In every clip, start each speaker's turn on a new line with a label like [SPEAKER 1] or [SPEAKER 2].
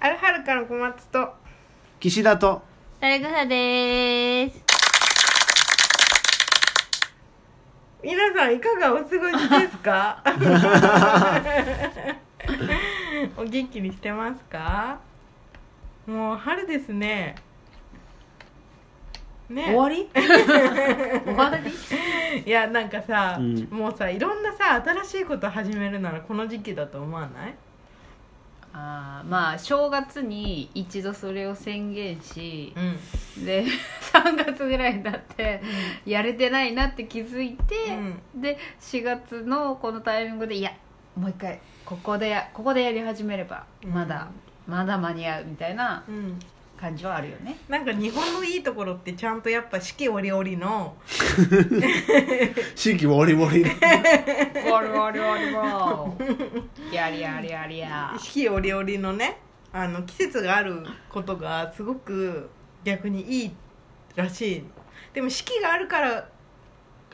[SPEAKER 1] アルハルカの小松と
[SPEAKER 2] 岸田と
[SPEAKER 3] 誰かさでーす。
[SPEAKER 1] 皆さんいかがお過ごしですかお元気にしてますかもう春ですねね
[SPEAKER 3] 終わり終わり
[SPEAKER 1] いやなんかさ、
[SPEAKER 2] うん
[SPEAKER 1] もうさいろんなさ新しいこと始めるならこの時期だと思わない
[SPEAKER 3] あーまあ、正月に一度それを宣言し、
[SPEAKER 1] うん
[SPEAKER 3] で、3月ぐらいになって、やれてないなって気づいて、で、4月のこのタイミングで、いや、もう一回、ここでや、ここでやり始めれば、まだ、まだ間に合うみたいな
[SPEAKER 1] うん、うん、
[SPEAKER 3] 感じはあるよね。
[SPEAKER 1] なんか日本のいいところってちゃんとやっぱ四季折々の
[SPEAKER 2] 四季折々の
[SPEAKER 3] わるわるわるわる。 やりやりやりや。
[SPEAKER 1] 四季折々のねあの季節があることがすごく逆にいいらしいでも四季があるから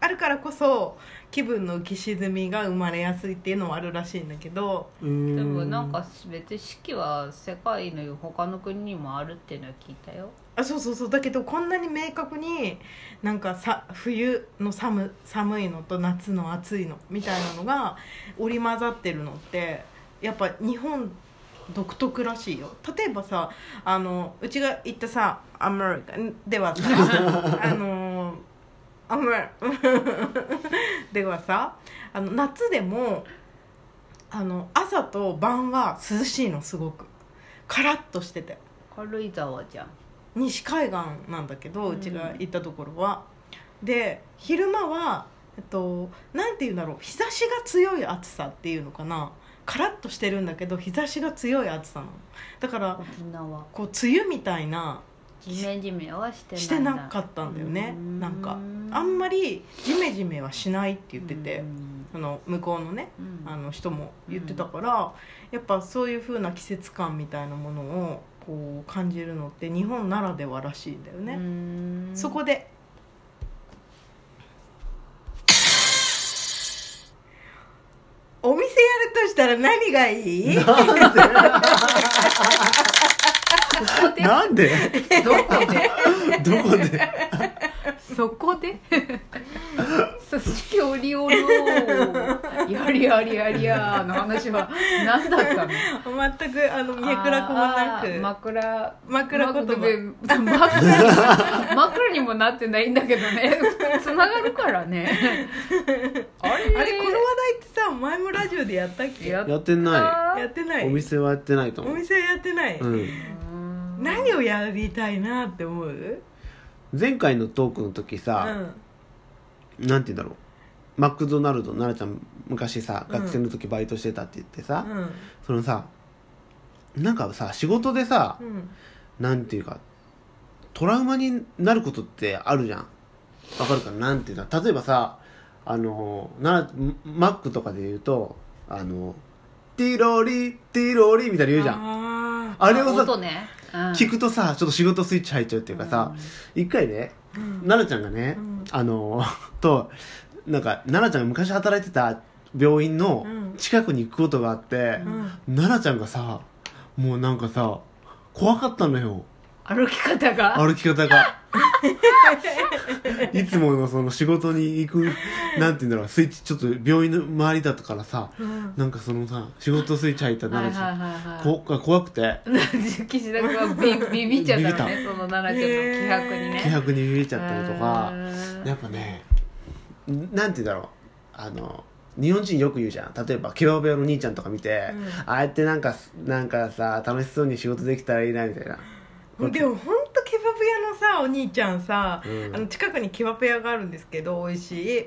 [SPEAKER 1] あるからこそ気分の浮き沈みが生まれやすいっていうのはあるらしいんだけど
[SPEAKER 2] うーん
[SPEAKER 3] でもなんか別に四季は世界の他の国にもあるっていうのは聞いたよ
[SPEAKER 1] あそうそうそうだけどこんなに明確になんかさ冬の寒寒いのと夏の暑いのみたいなのが織り交ざってるのってやっぱ日本独特らしいよ例えばさあのうちが行ったさアメリカではさあのアメリカ ではさあの夏でもあの朝と晩は涼しいのすごくカラッとしてて。
[SPEAKER 3] 軽井沢じゃん
[SPEAKER 1] 西海岸なんだけど
[SPEAKER 3] うん
[SPEAKER 1] うちが行ったところは、で昼間はえっとなんて言うんだろう日差しが強い暑さっていうのかなカラッとしてるんだけど日差しが強い暑さなのだから
[SPEAKER 3] 沖縄
[SPEAKER 1] こう梅雨みたいな
[SPEAKER 3] ジメジメはしてない
[SPEAKER 1] してなかったんだよねなんかあんま
[SPEAKER 3] り
[SPEAKER 1] りジメジメはしないって言っててその向こうのねあの人も言ってたから、やっぱそういう風な季節感みたいなものをこう感じるのって日本ならではらしいんだよね、
[SPEAKER 3] ね
[SPEAKER 1] そこでお店やるとしたら何がいい
[SPEAKER 3] そこで
[SPEAKER 2] な んで
[SPEAKER 3] どこで
[SPEAKER 2] どこで
[SPEAKER 3] そこで そう四季折々のやりやりやりやの話は何だった の
[SPEAKER 1] 全くあの脈絡もな
[SPEAKER 3] あー
[SPEAKER 1] く
[SPEAKER 3] 枕
[SPEAKER 1] 枕言葉
[SPEAKER 3] 枕枕枕にもなってないんだけどねつながるからね あれ
[SPEAKER 1] あれこの話題ってさ前もラジオでやったっけや
[SPEAKER 3] や
[SPEAKER 2] やってな
[SPEAKER 1] ってないい
[SPEAKER 2] お店はやってないと
[SPEAKER 1] お
[SPEAKER 2] 思う
[SPEAKER 1] 店やってない、
[SPEAKER 2] うん
[SPEAKER 3] うん
[SPEAKER 1] 何をやりたいなって思う
[SPEAKER 2] 前回のトークの時さ、なんて言うんだろうマクドナルド奈々ちゃん昔さ
[SPEAKER 1] うん
[SPEAKER 2] 学生の時バイトしてたって言ってさ、
[SPEAKER 1] うん
[SPEAKER 2] そのさなんかさ仕事でさ
[SPEAKER 1] う、ん
[SPEAKER 2] なんていうかトラウマになることってあるじゃんわかるかななんていうの例えばさあのなマックとかで言うとあのティロリティロリみたいな言うじゃんあ
[SPEAKER 1] あ
[SPEAKER 2] れを
[SPEAKER 3] 音
[SPEAKER 2] さ
[SPEAKER 3] ね、
[SPEAKER 2] 聞くとさちょっと仕事スイッチ入っちゃうっていうかさ、一回ね
[SPEAKER 1] ーうん
[SPEAKER 2] 奈々ちゃんがね、
[SPEAKER 1] うん
[SPEAKER 2] あの となんか奈々ちゃんが昔働いてた病院の
[SPEAKER 1] うん
[SPEAKER 2] 近くに行くことがあって、
[SPEAKER 1] うん
[SPEAKER 2] 奈々ちゃんがさもうなんかさ怖かったのよ
[SPEAKER 3] 歩き方が
[SPEAKER 2] 歩き方がいつものその仕事に行くなんて言うんだろうスイッチちょっと病院の周りだったからさ
[SPEAKER 1] うん
[SPEAKER 2] なんかそのさ仕事スイッチ入った
[SPEAKER 3] はいはい
[SPEAKER 2] 奈
[SPEAKER 3] は
[SPEAKER 2] 々ち
[SPEAKER 3] いはい
[SPEAKER 2] ゃんこが怖くて
[SPEAKER 3] 岸田君はビビビっちゃったのねその奈々ちゃんの気迫にね
[SPEAKER 2] 気迫にビビっちゃったりとか
[SPEAKER 3] うん
[SPEAKER 2] やっぱねなんて言うんだろうあの日本人よく言うじゃん例えばケバブ屋の兄ちゃんとか見て、
[SPEAKER 1] うん
[SPEAKER 2] ああやってなんかなんかさ楽しそうに仕事できたらいいなみたいな
[SPEAKER 1] でもほんとケバブ屋のさお兄ちゃんさ、
[SPEAKER 2] うん
[SPEAKER 1] あの近くにケバブ屋があるんですけど美味しい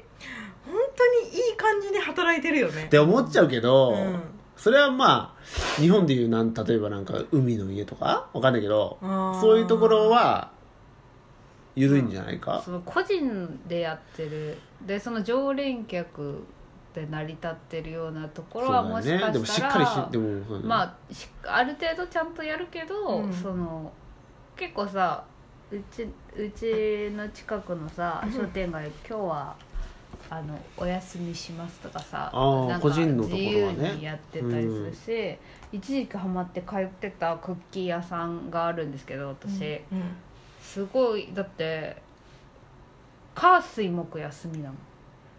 [SPEAKER 1] 本当にいい感じに働いてるよね
[SPEAKER 2] って思っちゃうけど、
[SPEAKER 1] うん
[SPEAKER 2] それはまあ日本でいうなん例えばなんか海の家とかわかんないけど
[SPEAKER 1] あー
[SPEAKER 2] そういうところは緩いんじゃないか
[SPEAKER 3] そ、の個人でやってるでその常連客で成り立ってるようなところは
[SPEAKER 2] そう
[SPEAKER 3] も
[SPEAKER 2] だ
[SPEAKER 3] し
[SPEAKER 2] よねでも
[SPEAKER 3] かし
[SPEAKER 2] したっ
[SPEAKER 3] ら
[SPEAKER 2] かりしでもそうだね
[SPEAKER 3] まあしある程度ちゃんとやるけど、
[SPEAKER 1] うん
[SPEAKER 3] その結構さうちうちの近くのさ
[SPEAKER 1] うん
[SPEAKER 3] 商店街今日はあのお休みしますとかさ
[SPEAKER 2] あー
[SPEAKER 3] なんか
[SPEAKER 2] 個人のところはね
[SPEAKER 3] 自由にやってたりするし、一時期ハマって通ってたクッキー屋さんがあるんですけど私、
[SPEAKER 1] うん
[SPEAKER 3] すごいだって火水木休みなの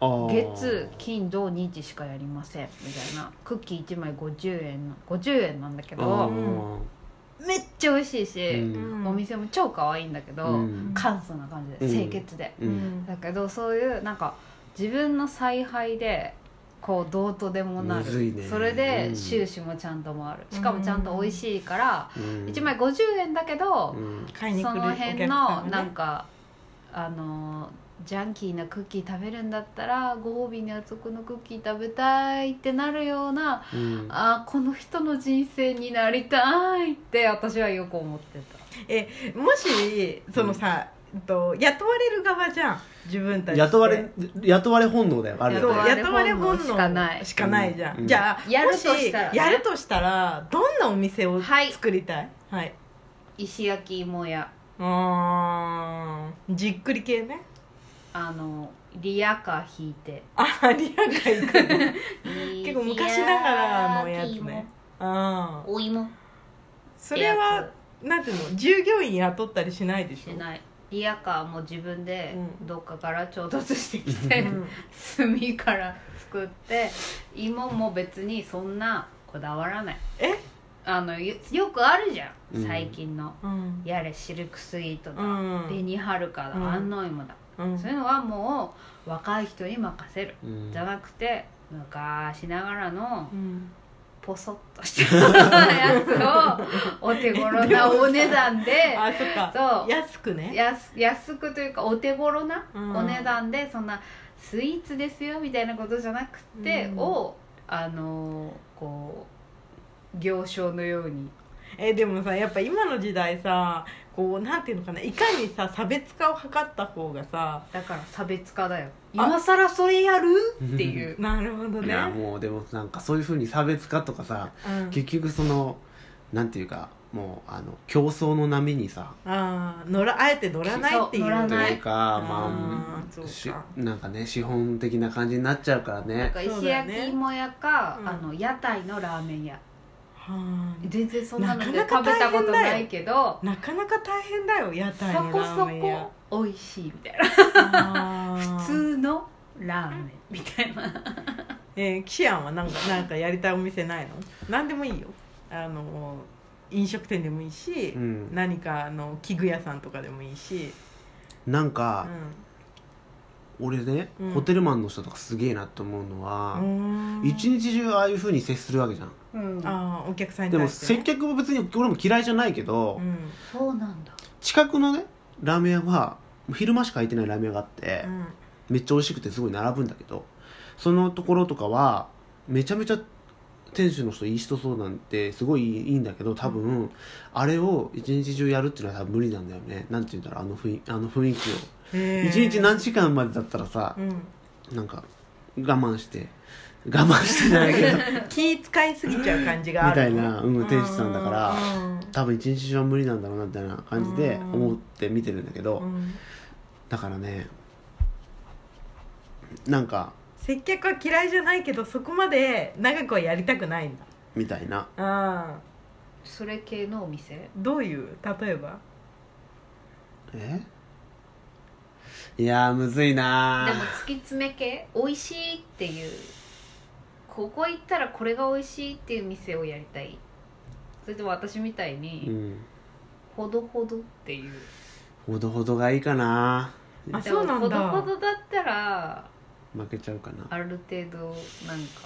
[SPEAKER 2] あー
[SPEAKER 3] 月金土日しかやりませんみたいなクッキー1枚50円の50円なんだけ
[SPEAKER 2] あ
[SPEAKER 3] ど
[SPEAKER 2] ー
[SPEAKER 3] めっちゃ美味しいし、
[SPEAKER 2] うん
[SPEAKER 3] お店も超可愛いんだけど、
[SPEAKER 2] うん
[SPEAKER 3] 簡素な感じで
[SPEAKER 2] うん
[SPEAKER 3] 清潔で、
[SPEAKER 2] うん
[SPEAKER 3] だけどそういうなんか自分の采配でこうどうとでもな
[SPEAKER 2] むず
[SPEAKER 3] る、
[SPEAKER 2] いね
[SPEAKER 3] それで
[SPEAKER 2] うん
[SPEAKER 3] 収支もちゃんと回るしかもちゃんと美味しいから、
[SPEAKER 2] うん
[SPEAKER 3] 1枚50円だけど、
[SPEAKER 2] うん
[SPEAKER 1] 買いに来
[SPEAKER 3] そ
[SPEAKER 1] るお
[SPEAKER 3] の
[SPEAKER 1] 客さん
[SPEAKER 3] 辺の
[SPEAKER 1] ね
[SPEAKER 3] なんか、あのジャンキーなクッキー食べるんだったらご褒美にあそこのクッキー食べたいってなるような
[SPEAKER 2] うん
[SPEAKER 3] あーこの人の人生になりたいって私はよく思ってた
[SPEAKER 1] もしそのさ、えっと雇われる側じゃん自分たちって
[SPEAKER 2] 雇われ雇われ本能だよある
[SPEAKER 1] そう
[SPEAKER 2] よね
[SPEAKER 1] 雇われ本能
[SPEAKER 3] しかない
[SPEAKER 1] しかないじゃん、
[SPEAKER 2] うん
[SPEAKER 1] じゃあ
[SPEAKER 3] やる
[SPEAKER 1] も
[SPEAKER 3] としたらね
[SPEAKER 1] しやるとしたらどんなお店を
[SPEAKER 3] はい
[SPEAKER 1] 作りたいはい、
[SPEAKER 3] 石焼き芋屋
[SPEAKER 1] うーんじっくり系ね
[SPEAKER 3] あのリアカー引いて
[SPEAKER 1] あリアが行く の
[SPEAKER 3] 結
[SPEAKER 1] 結構昔ながらのやつねああ
[SPEAKER 3] お芋
[SPEAKER 1] それはなんていうの従業員雇ったりしないでしょ
[SPEAKER 3] しないリアカーも自分で
[SPEAKER 1] うん
[SPEAKER 3] どっかから調達してきて、
[SPEAKER 1] うん
[SPEAKER 3] 炭から作って芋も別にそんなこだわらない
[SPEAKER 1] え
[SPEAKER 3] あのよよくあるじゃ
[SPEAKER 2] うんん
[SPEAKER 3] 最近の、
[SPEAKER 1] うん
[SPEAKER 3] やれシルクスイートだ、
[SPEAKER 1] うん
[SPEAKER 3] 紅はるかだ、
[SPEAKER 1] うん
[SPEAKER 3] 安納芋だ、
[SPEAKER 1] うん
[SPEAKER 3] そういうのはもう若い人に任せる、
[SPEAKER 2] うん
[SPEAKER 3] じゃなくて昔ながらの
[SPEAKER 1] うん
[SPEAKER 3] ポソッとしたやつをお手頃なお値段で
[SPEAKER 1] あそっか
[SPEAKER 3] そう
[SPEAKER 1] 安くね
[SPEAKER 3] 安安くというかお手頃な
[SPEAKER 1] うん
[SPEAKER 3] お値段でそんなスイーツですよみたいなことじゃなくて、
[SPEAKER 1] うん
[SPEAKER 3] をあのーこう行商のように
[SPEAKER 1] えでもさやっぱ今の時代さこうなんていうのかないかにさ差別化を図った方がさ
[SPEAKER 3] だから差別化だよ
[SPEAKER 1] あ
[SPEAKER 3] 今さらそれやるっていう
[SPEAKER 1] なるほど
[SPEAKER 2] い
[SPEAKER 1] ね
[SPEAKER 2] やもうでもなんかそういうふうに差別化とかさ
[SPEAKER 1] うん
[SPEAKER 2] 結局そのなんていうかもうあの競争の波にさ
[SPEAKER 1] あー乗らあえて乗らないっていう
[SPEAKER 3] そう乗ら
[SPEAKER 2] と
[SPEAKER 3] ない
[SPEAKER 2] いうか
[SPEAKER 1] あ
[SPEAKER 2] ま
[SPEAKER 1] ーそう
[SPEAKER 2] あ
[SPEAKER 1] か
[SPEAKER 2] しなんかね資本的な感じになっちゃうから
[SPEAKER 3] なん
[SPEAKER 2] ね
[SPEAKER 3] か
[SPEAKER 1] そう
[SPEAKER 3] 石
[SPEAKER 1] だよ
[SPEAKER 3] 焼
[SPEAKER 1] ね
[SPEAKER 3] き芋屋か、
[SPEAKER 1] うん
[SPEAKER 3] あの屋台のラーメン屋
[SPEAKER 1] は
[SPEAKER 3] 全然そんなので
[SPEAKER 1] なか
[SPEAKER 3] 食
[SPEAKER 1] なか
[SPEAKER 3] べたこと
[SPEAKER 1] 大変だよ
[SPEAKER 3] ないけど
[SPEAKER 1] あなかなか大変だよ屋
[SPEAKER 3] そ
[SPEAKER 1] 台の
[SPEAKER 3] こ
[SPEAKER 1] ラーメン屋
[SPEAKER 3] そこ美味しいみたいな
[SPEAKER 1] あー
[SPEAKER 3] 普通のラーメンみたいな
[SPEAKER 1] えー、キアンはなんかなんかやりたいお店ないの何でもいいよあの飲食店でもいいし、
[SPEAKER 2] うん
[SPEAKER 1] 何かあの器具屋さんとかでもいいし、
[SPEAKER 2] なん
[SPEAKER 1] う
[SPEAKER 2] か
[SPEAKER 1] ん
[SPEAKER 2] 俺ね
[SPEAKER 1] うん
[SPEAKER 2] ホテルマンの人とかすげえなと思うのは
[SPEAKER 1] うーん、
[SPEAKER 2] 一日中ああいうふうに接するわけじゃん
[SPEAKER 3] うん
[SPEAKER 1] あーお客さんに
[SPEAKER 2] でも
[SPEAKER 1] 対してね、
[SPEAKER 2] 接客も別に俺も嫌いじゃないけ
[SPEAKER 1] う
[SPEAKER 2] ど
[SPEAKER 1] ん
[SPEAKER 3] そうなんだ
[SPEAKER 2] 近くのねラーメン屋は昼間しか空いてないラーメン屋があって
[SPEAKER 1] うん
[SPEAKER 2] めっちゃ美味しくてすごい並ぶんだけどそのところとかはめちゃめちゃ店主の人いい人そうなんてすごいいいんだけど多分、あれを一日中やるっていうのは多分無理なんだよねなんて言うんだろうあの雰囲あの雰囲気を
[SPEAKER 1] えー
[SPEAKER 2] 一、日何時間までだったらさ
[SPEAKER 1] う、ん、
[SPEAKER 2] なんか我慢して我慢してな いけどみ
[SPEAKER 1] 気使いすぎちゃう感じがあ
[SPEAKER 2] た
[SPEAKER 1] る
[SPEAKER 2] い
[SPEAKER 1] の
[SPEAKER 2] な、うん、店主さんだから
[SPEAKER 1] うん
[SPEAKER 2] 多分一日中は無理なんだろうなみたいな感じで思って見てるんだけど
[SPEAKER 1] うん
[SPEAKER 2] だからねなんか
[SPEAKER 1] 接客は嫌いじゃないけどそこまで長くはやりたくないんだ
[SPEAKER 2] みたいな
[SPEAKER 1] あ
[SPEAKER 3] それ系のお店
[SPEAKER 1] ーどういう例えば
[SPEAKER 2] えいやーむずいな
[SPEAKER 3] でも
[SPEAKER 2] ー
[SPEAKER 3] 突き詰め系美味しいっていうここ行ったらこれが美味しいっていう店をやりたいそれとも私みたいに、
[SPEAKER 2] うん
[SPEAKER 3] ほどほどっていう
[SPEAKER 2] ほどほどがいいかな
[SPEAKER 1] あ
[SPEAKER 3] でも
[SPEAKER 1] そうなんだ
[SPEAKER 3] ほどほどだったら
[SPEAKER 2] 負けちゃうかな
[SPEAKER 3] ある程度なんか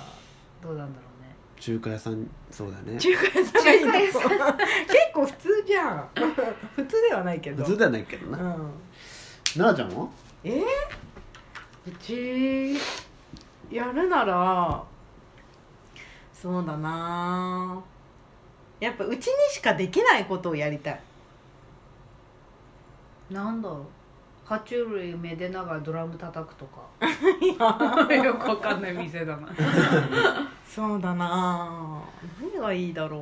[SPEAKER 3] どうなんだろうね
[SPEAKER 2] 中華屋さんそうだね
[SPEAKER 1] 中華屋さんがいいの
[SPEAKER 3] 中華
[SPEAKER 1] 結構普通じゃん 普通ではないけど
[SPEAKER 2] 普通ではないけどな
[SPEAKER 1] うん
[SPEAKER 2] 奈々ちゃんも
[SPEAKER 1] うちやるならそうだなやっぱうちにしかできないことをやりたい
[SPEAKER 3] なんだろう爬虫類めでながらドラム叩くとか
[SPEAKER 1] いや
[SPEAKER 3] よくわかんない店だな
[SPEAKER 1] そうだな何がいいだろ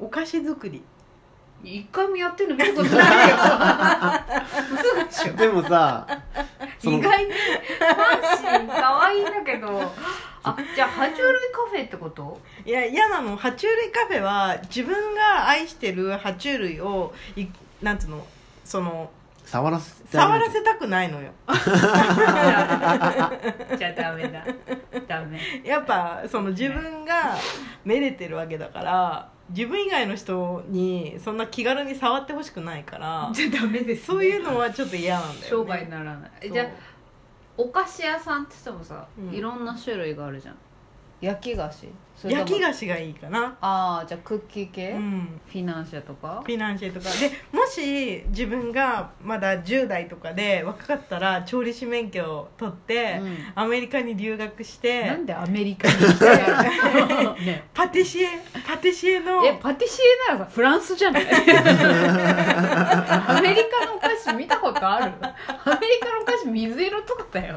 [SPEAKER 1] うお菓子作り
[SPEAKER 3] 一回もやってるの見たことないよ
[SPEAKER 2] でもさその
[SPEAKER 3] 意外に阪神可愛いんだけどあじゃあ爬虫類カフェって こと
[SPEAKER 1] いや嫌なの爬虫類カフェは自分が愛してる爬虫類をいなんつうのその
[SPEAKER 2] 触らせてあ
[SPEAKER 1] 触
[SPEAKER 2] げる
[SPEAKER 1] らせたくないのよ
[SPEAKER 3] じゃあダメだダメ
[SPEAKER 1] やっぱその自分がめでてるわけだから自分以外の人にそんな気軽に触ってほしくないから
[SPEAKER 3] じゃあダメです
[SPEAKER 1] そ
[SPEAKER 3] ね、
[SPEAKER 1] ういうのはちょっと嫌なんだよ、
[SPEAKER 3] 商
[SPEAKER 1] ね、
[SPEAKER 3] 売にならない
[SPEAKER 1] そう
[SPEAKER 3] じゃあお菓子屋さんって言ってもさ、
[SPEAKER 1] うん
[SPEAKER 3] いろんな種類があるじゃん焼き菓子それとも
[SPEAKER 1] 焼き菓子がいいかな
[SPEAKER 3] ああじゃあクッキー系、
[SPEAKER 1] う
[SPEAKER 3] フ
[SPEAKER 1] ん
[SPEAKER 3] ィナンシェとか
[SPEAKER 1] フィナンシェとかでもし自分がまだ10代とかで若かったら調理師免許を取って、
[SPEAKER 3] うん
[SPEAKER 1] アメリカに留学して
[SPEAKER 3] なんでアメリカに行きたい のね
[SPEAKER 1] パティシエパティシエの
[SPEAKER 3] えパティシエならさフランスじ ゃないアメリカのお菓子見たことあるアメリカのお菓子水色とかだよ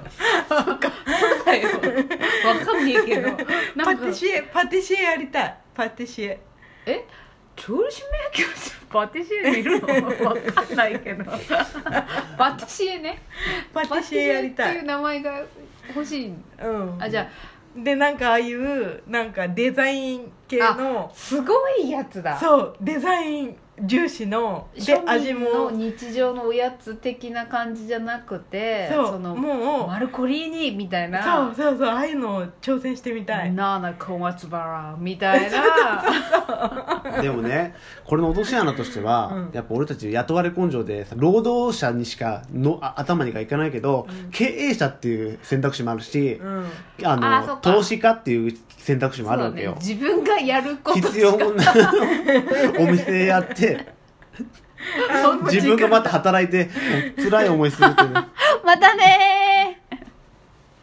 [SPEAKER 3] そうだよわかんねえけどな
[SPEAKER 1] パ
[SPEAKER 3] んか
[SPEAKER 1] ティシエパティシエやりたいパティシエ
[SPEAKER 3] え調理師免許パティシエいるのわかんないけどパティシエね
[SPEAKER 1] パティシエやりた
[SPEAKER 3] パティシエっていう
[SPEAKER 1] い
[SPEAKER 3] 名前が欲し
[SPEAKER 1] う
[SPEAKER 3] い
[SPEAKER 1] ん
[SPEAKER 3] あじゃ
[SPEAKER 1] でなんかああいうなんかデザイン系
[SPEAKER 3] あ
[SPEAKER 1] の
[SPEAKER 3] すごいやつだ
[SPEAKER 1] そうデザイン重視ので
[SPEAKER 3] 庶
[SPEAKER 1] 味
[SPEAKER 3] 民の
[SPEAKER 1] も
[SPEAKER 3] 日常のおやつ的な感じじゃなくて
[SPEAKER 1] そう
[SPEAKER 3] の
[SPEAKER 1] もう
[SPEAKER 3] マルコリーニみたいな
[SPEAKER 1] そうそうそうああいうのを挑戦してみたい
[SPEAKER 3] ナーナ小松原みたいな
[SPEAKER 2] でもねこれの落とし穴としては、
[SPEAKER 1] うん
[SPEAKER 2] やっぱ俺たち雇われ根性でさ労働者にしかのあ頭にはいかないけど、経営者っていう選択肢もあるし
[SPEAKER 1] う、ん
[SPEAKER 2] あの
[SPEAKER 3] あそっか
[SPEAKER 2] 投資家っていう選択肢もあるわけ
[SPEAKER 3] そう
[SPEAKER 2] よ
[SPEAKER 3] ね、自分がやること
[SPEAKER 2] 必要もない お店やって
[SPEAKER 1] あ
[SPEAKER 2] 自分がまた働いて辛い思いするっていうね
[SPEAKER 3] またねー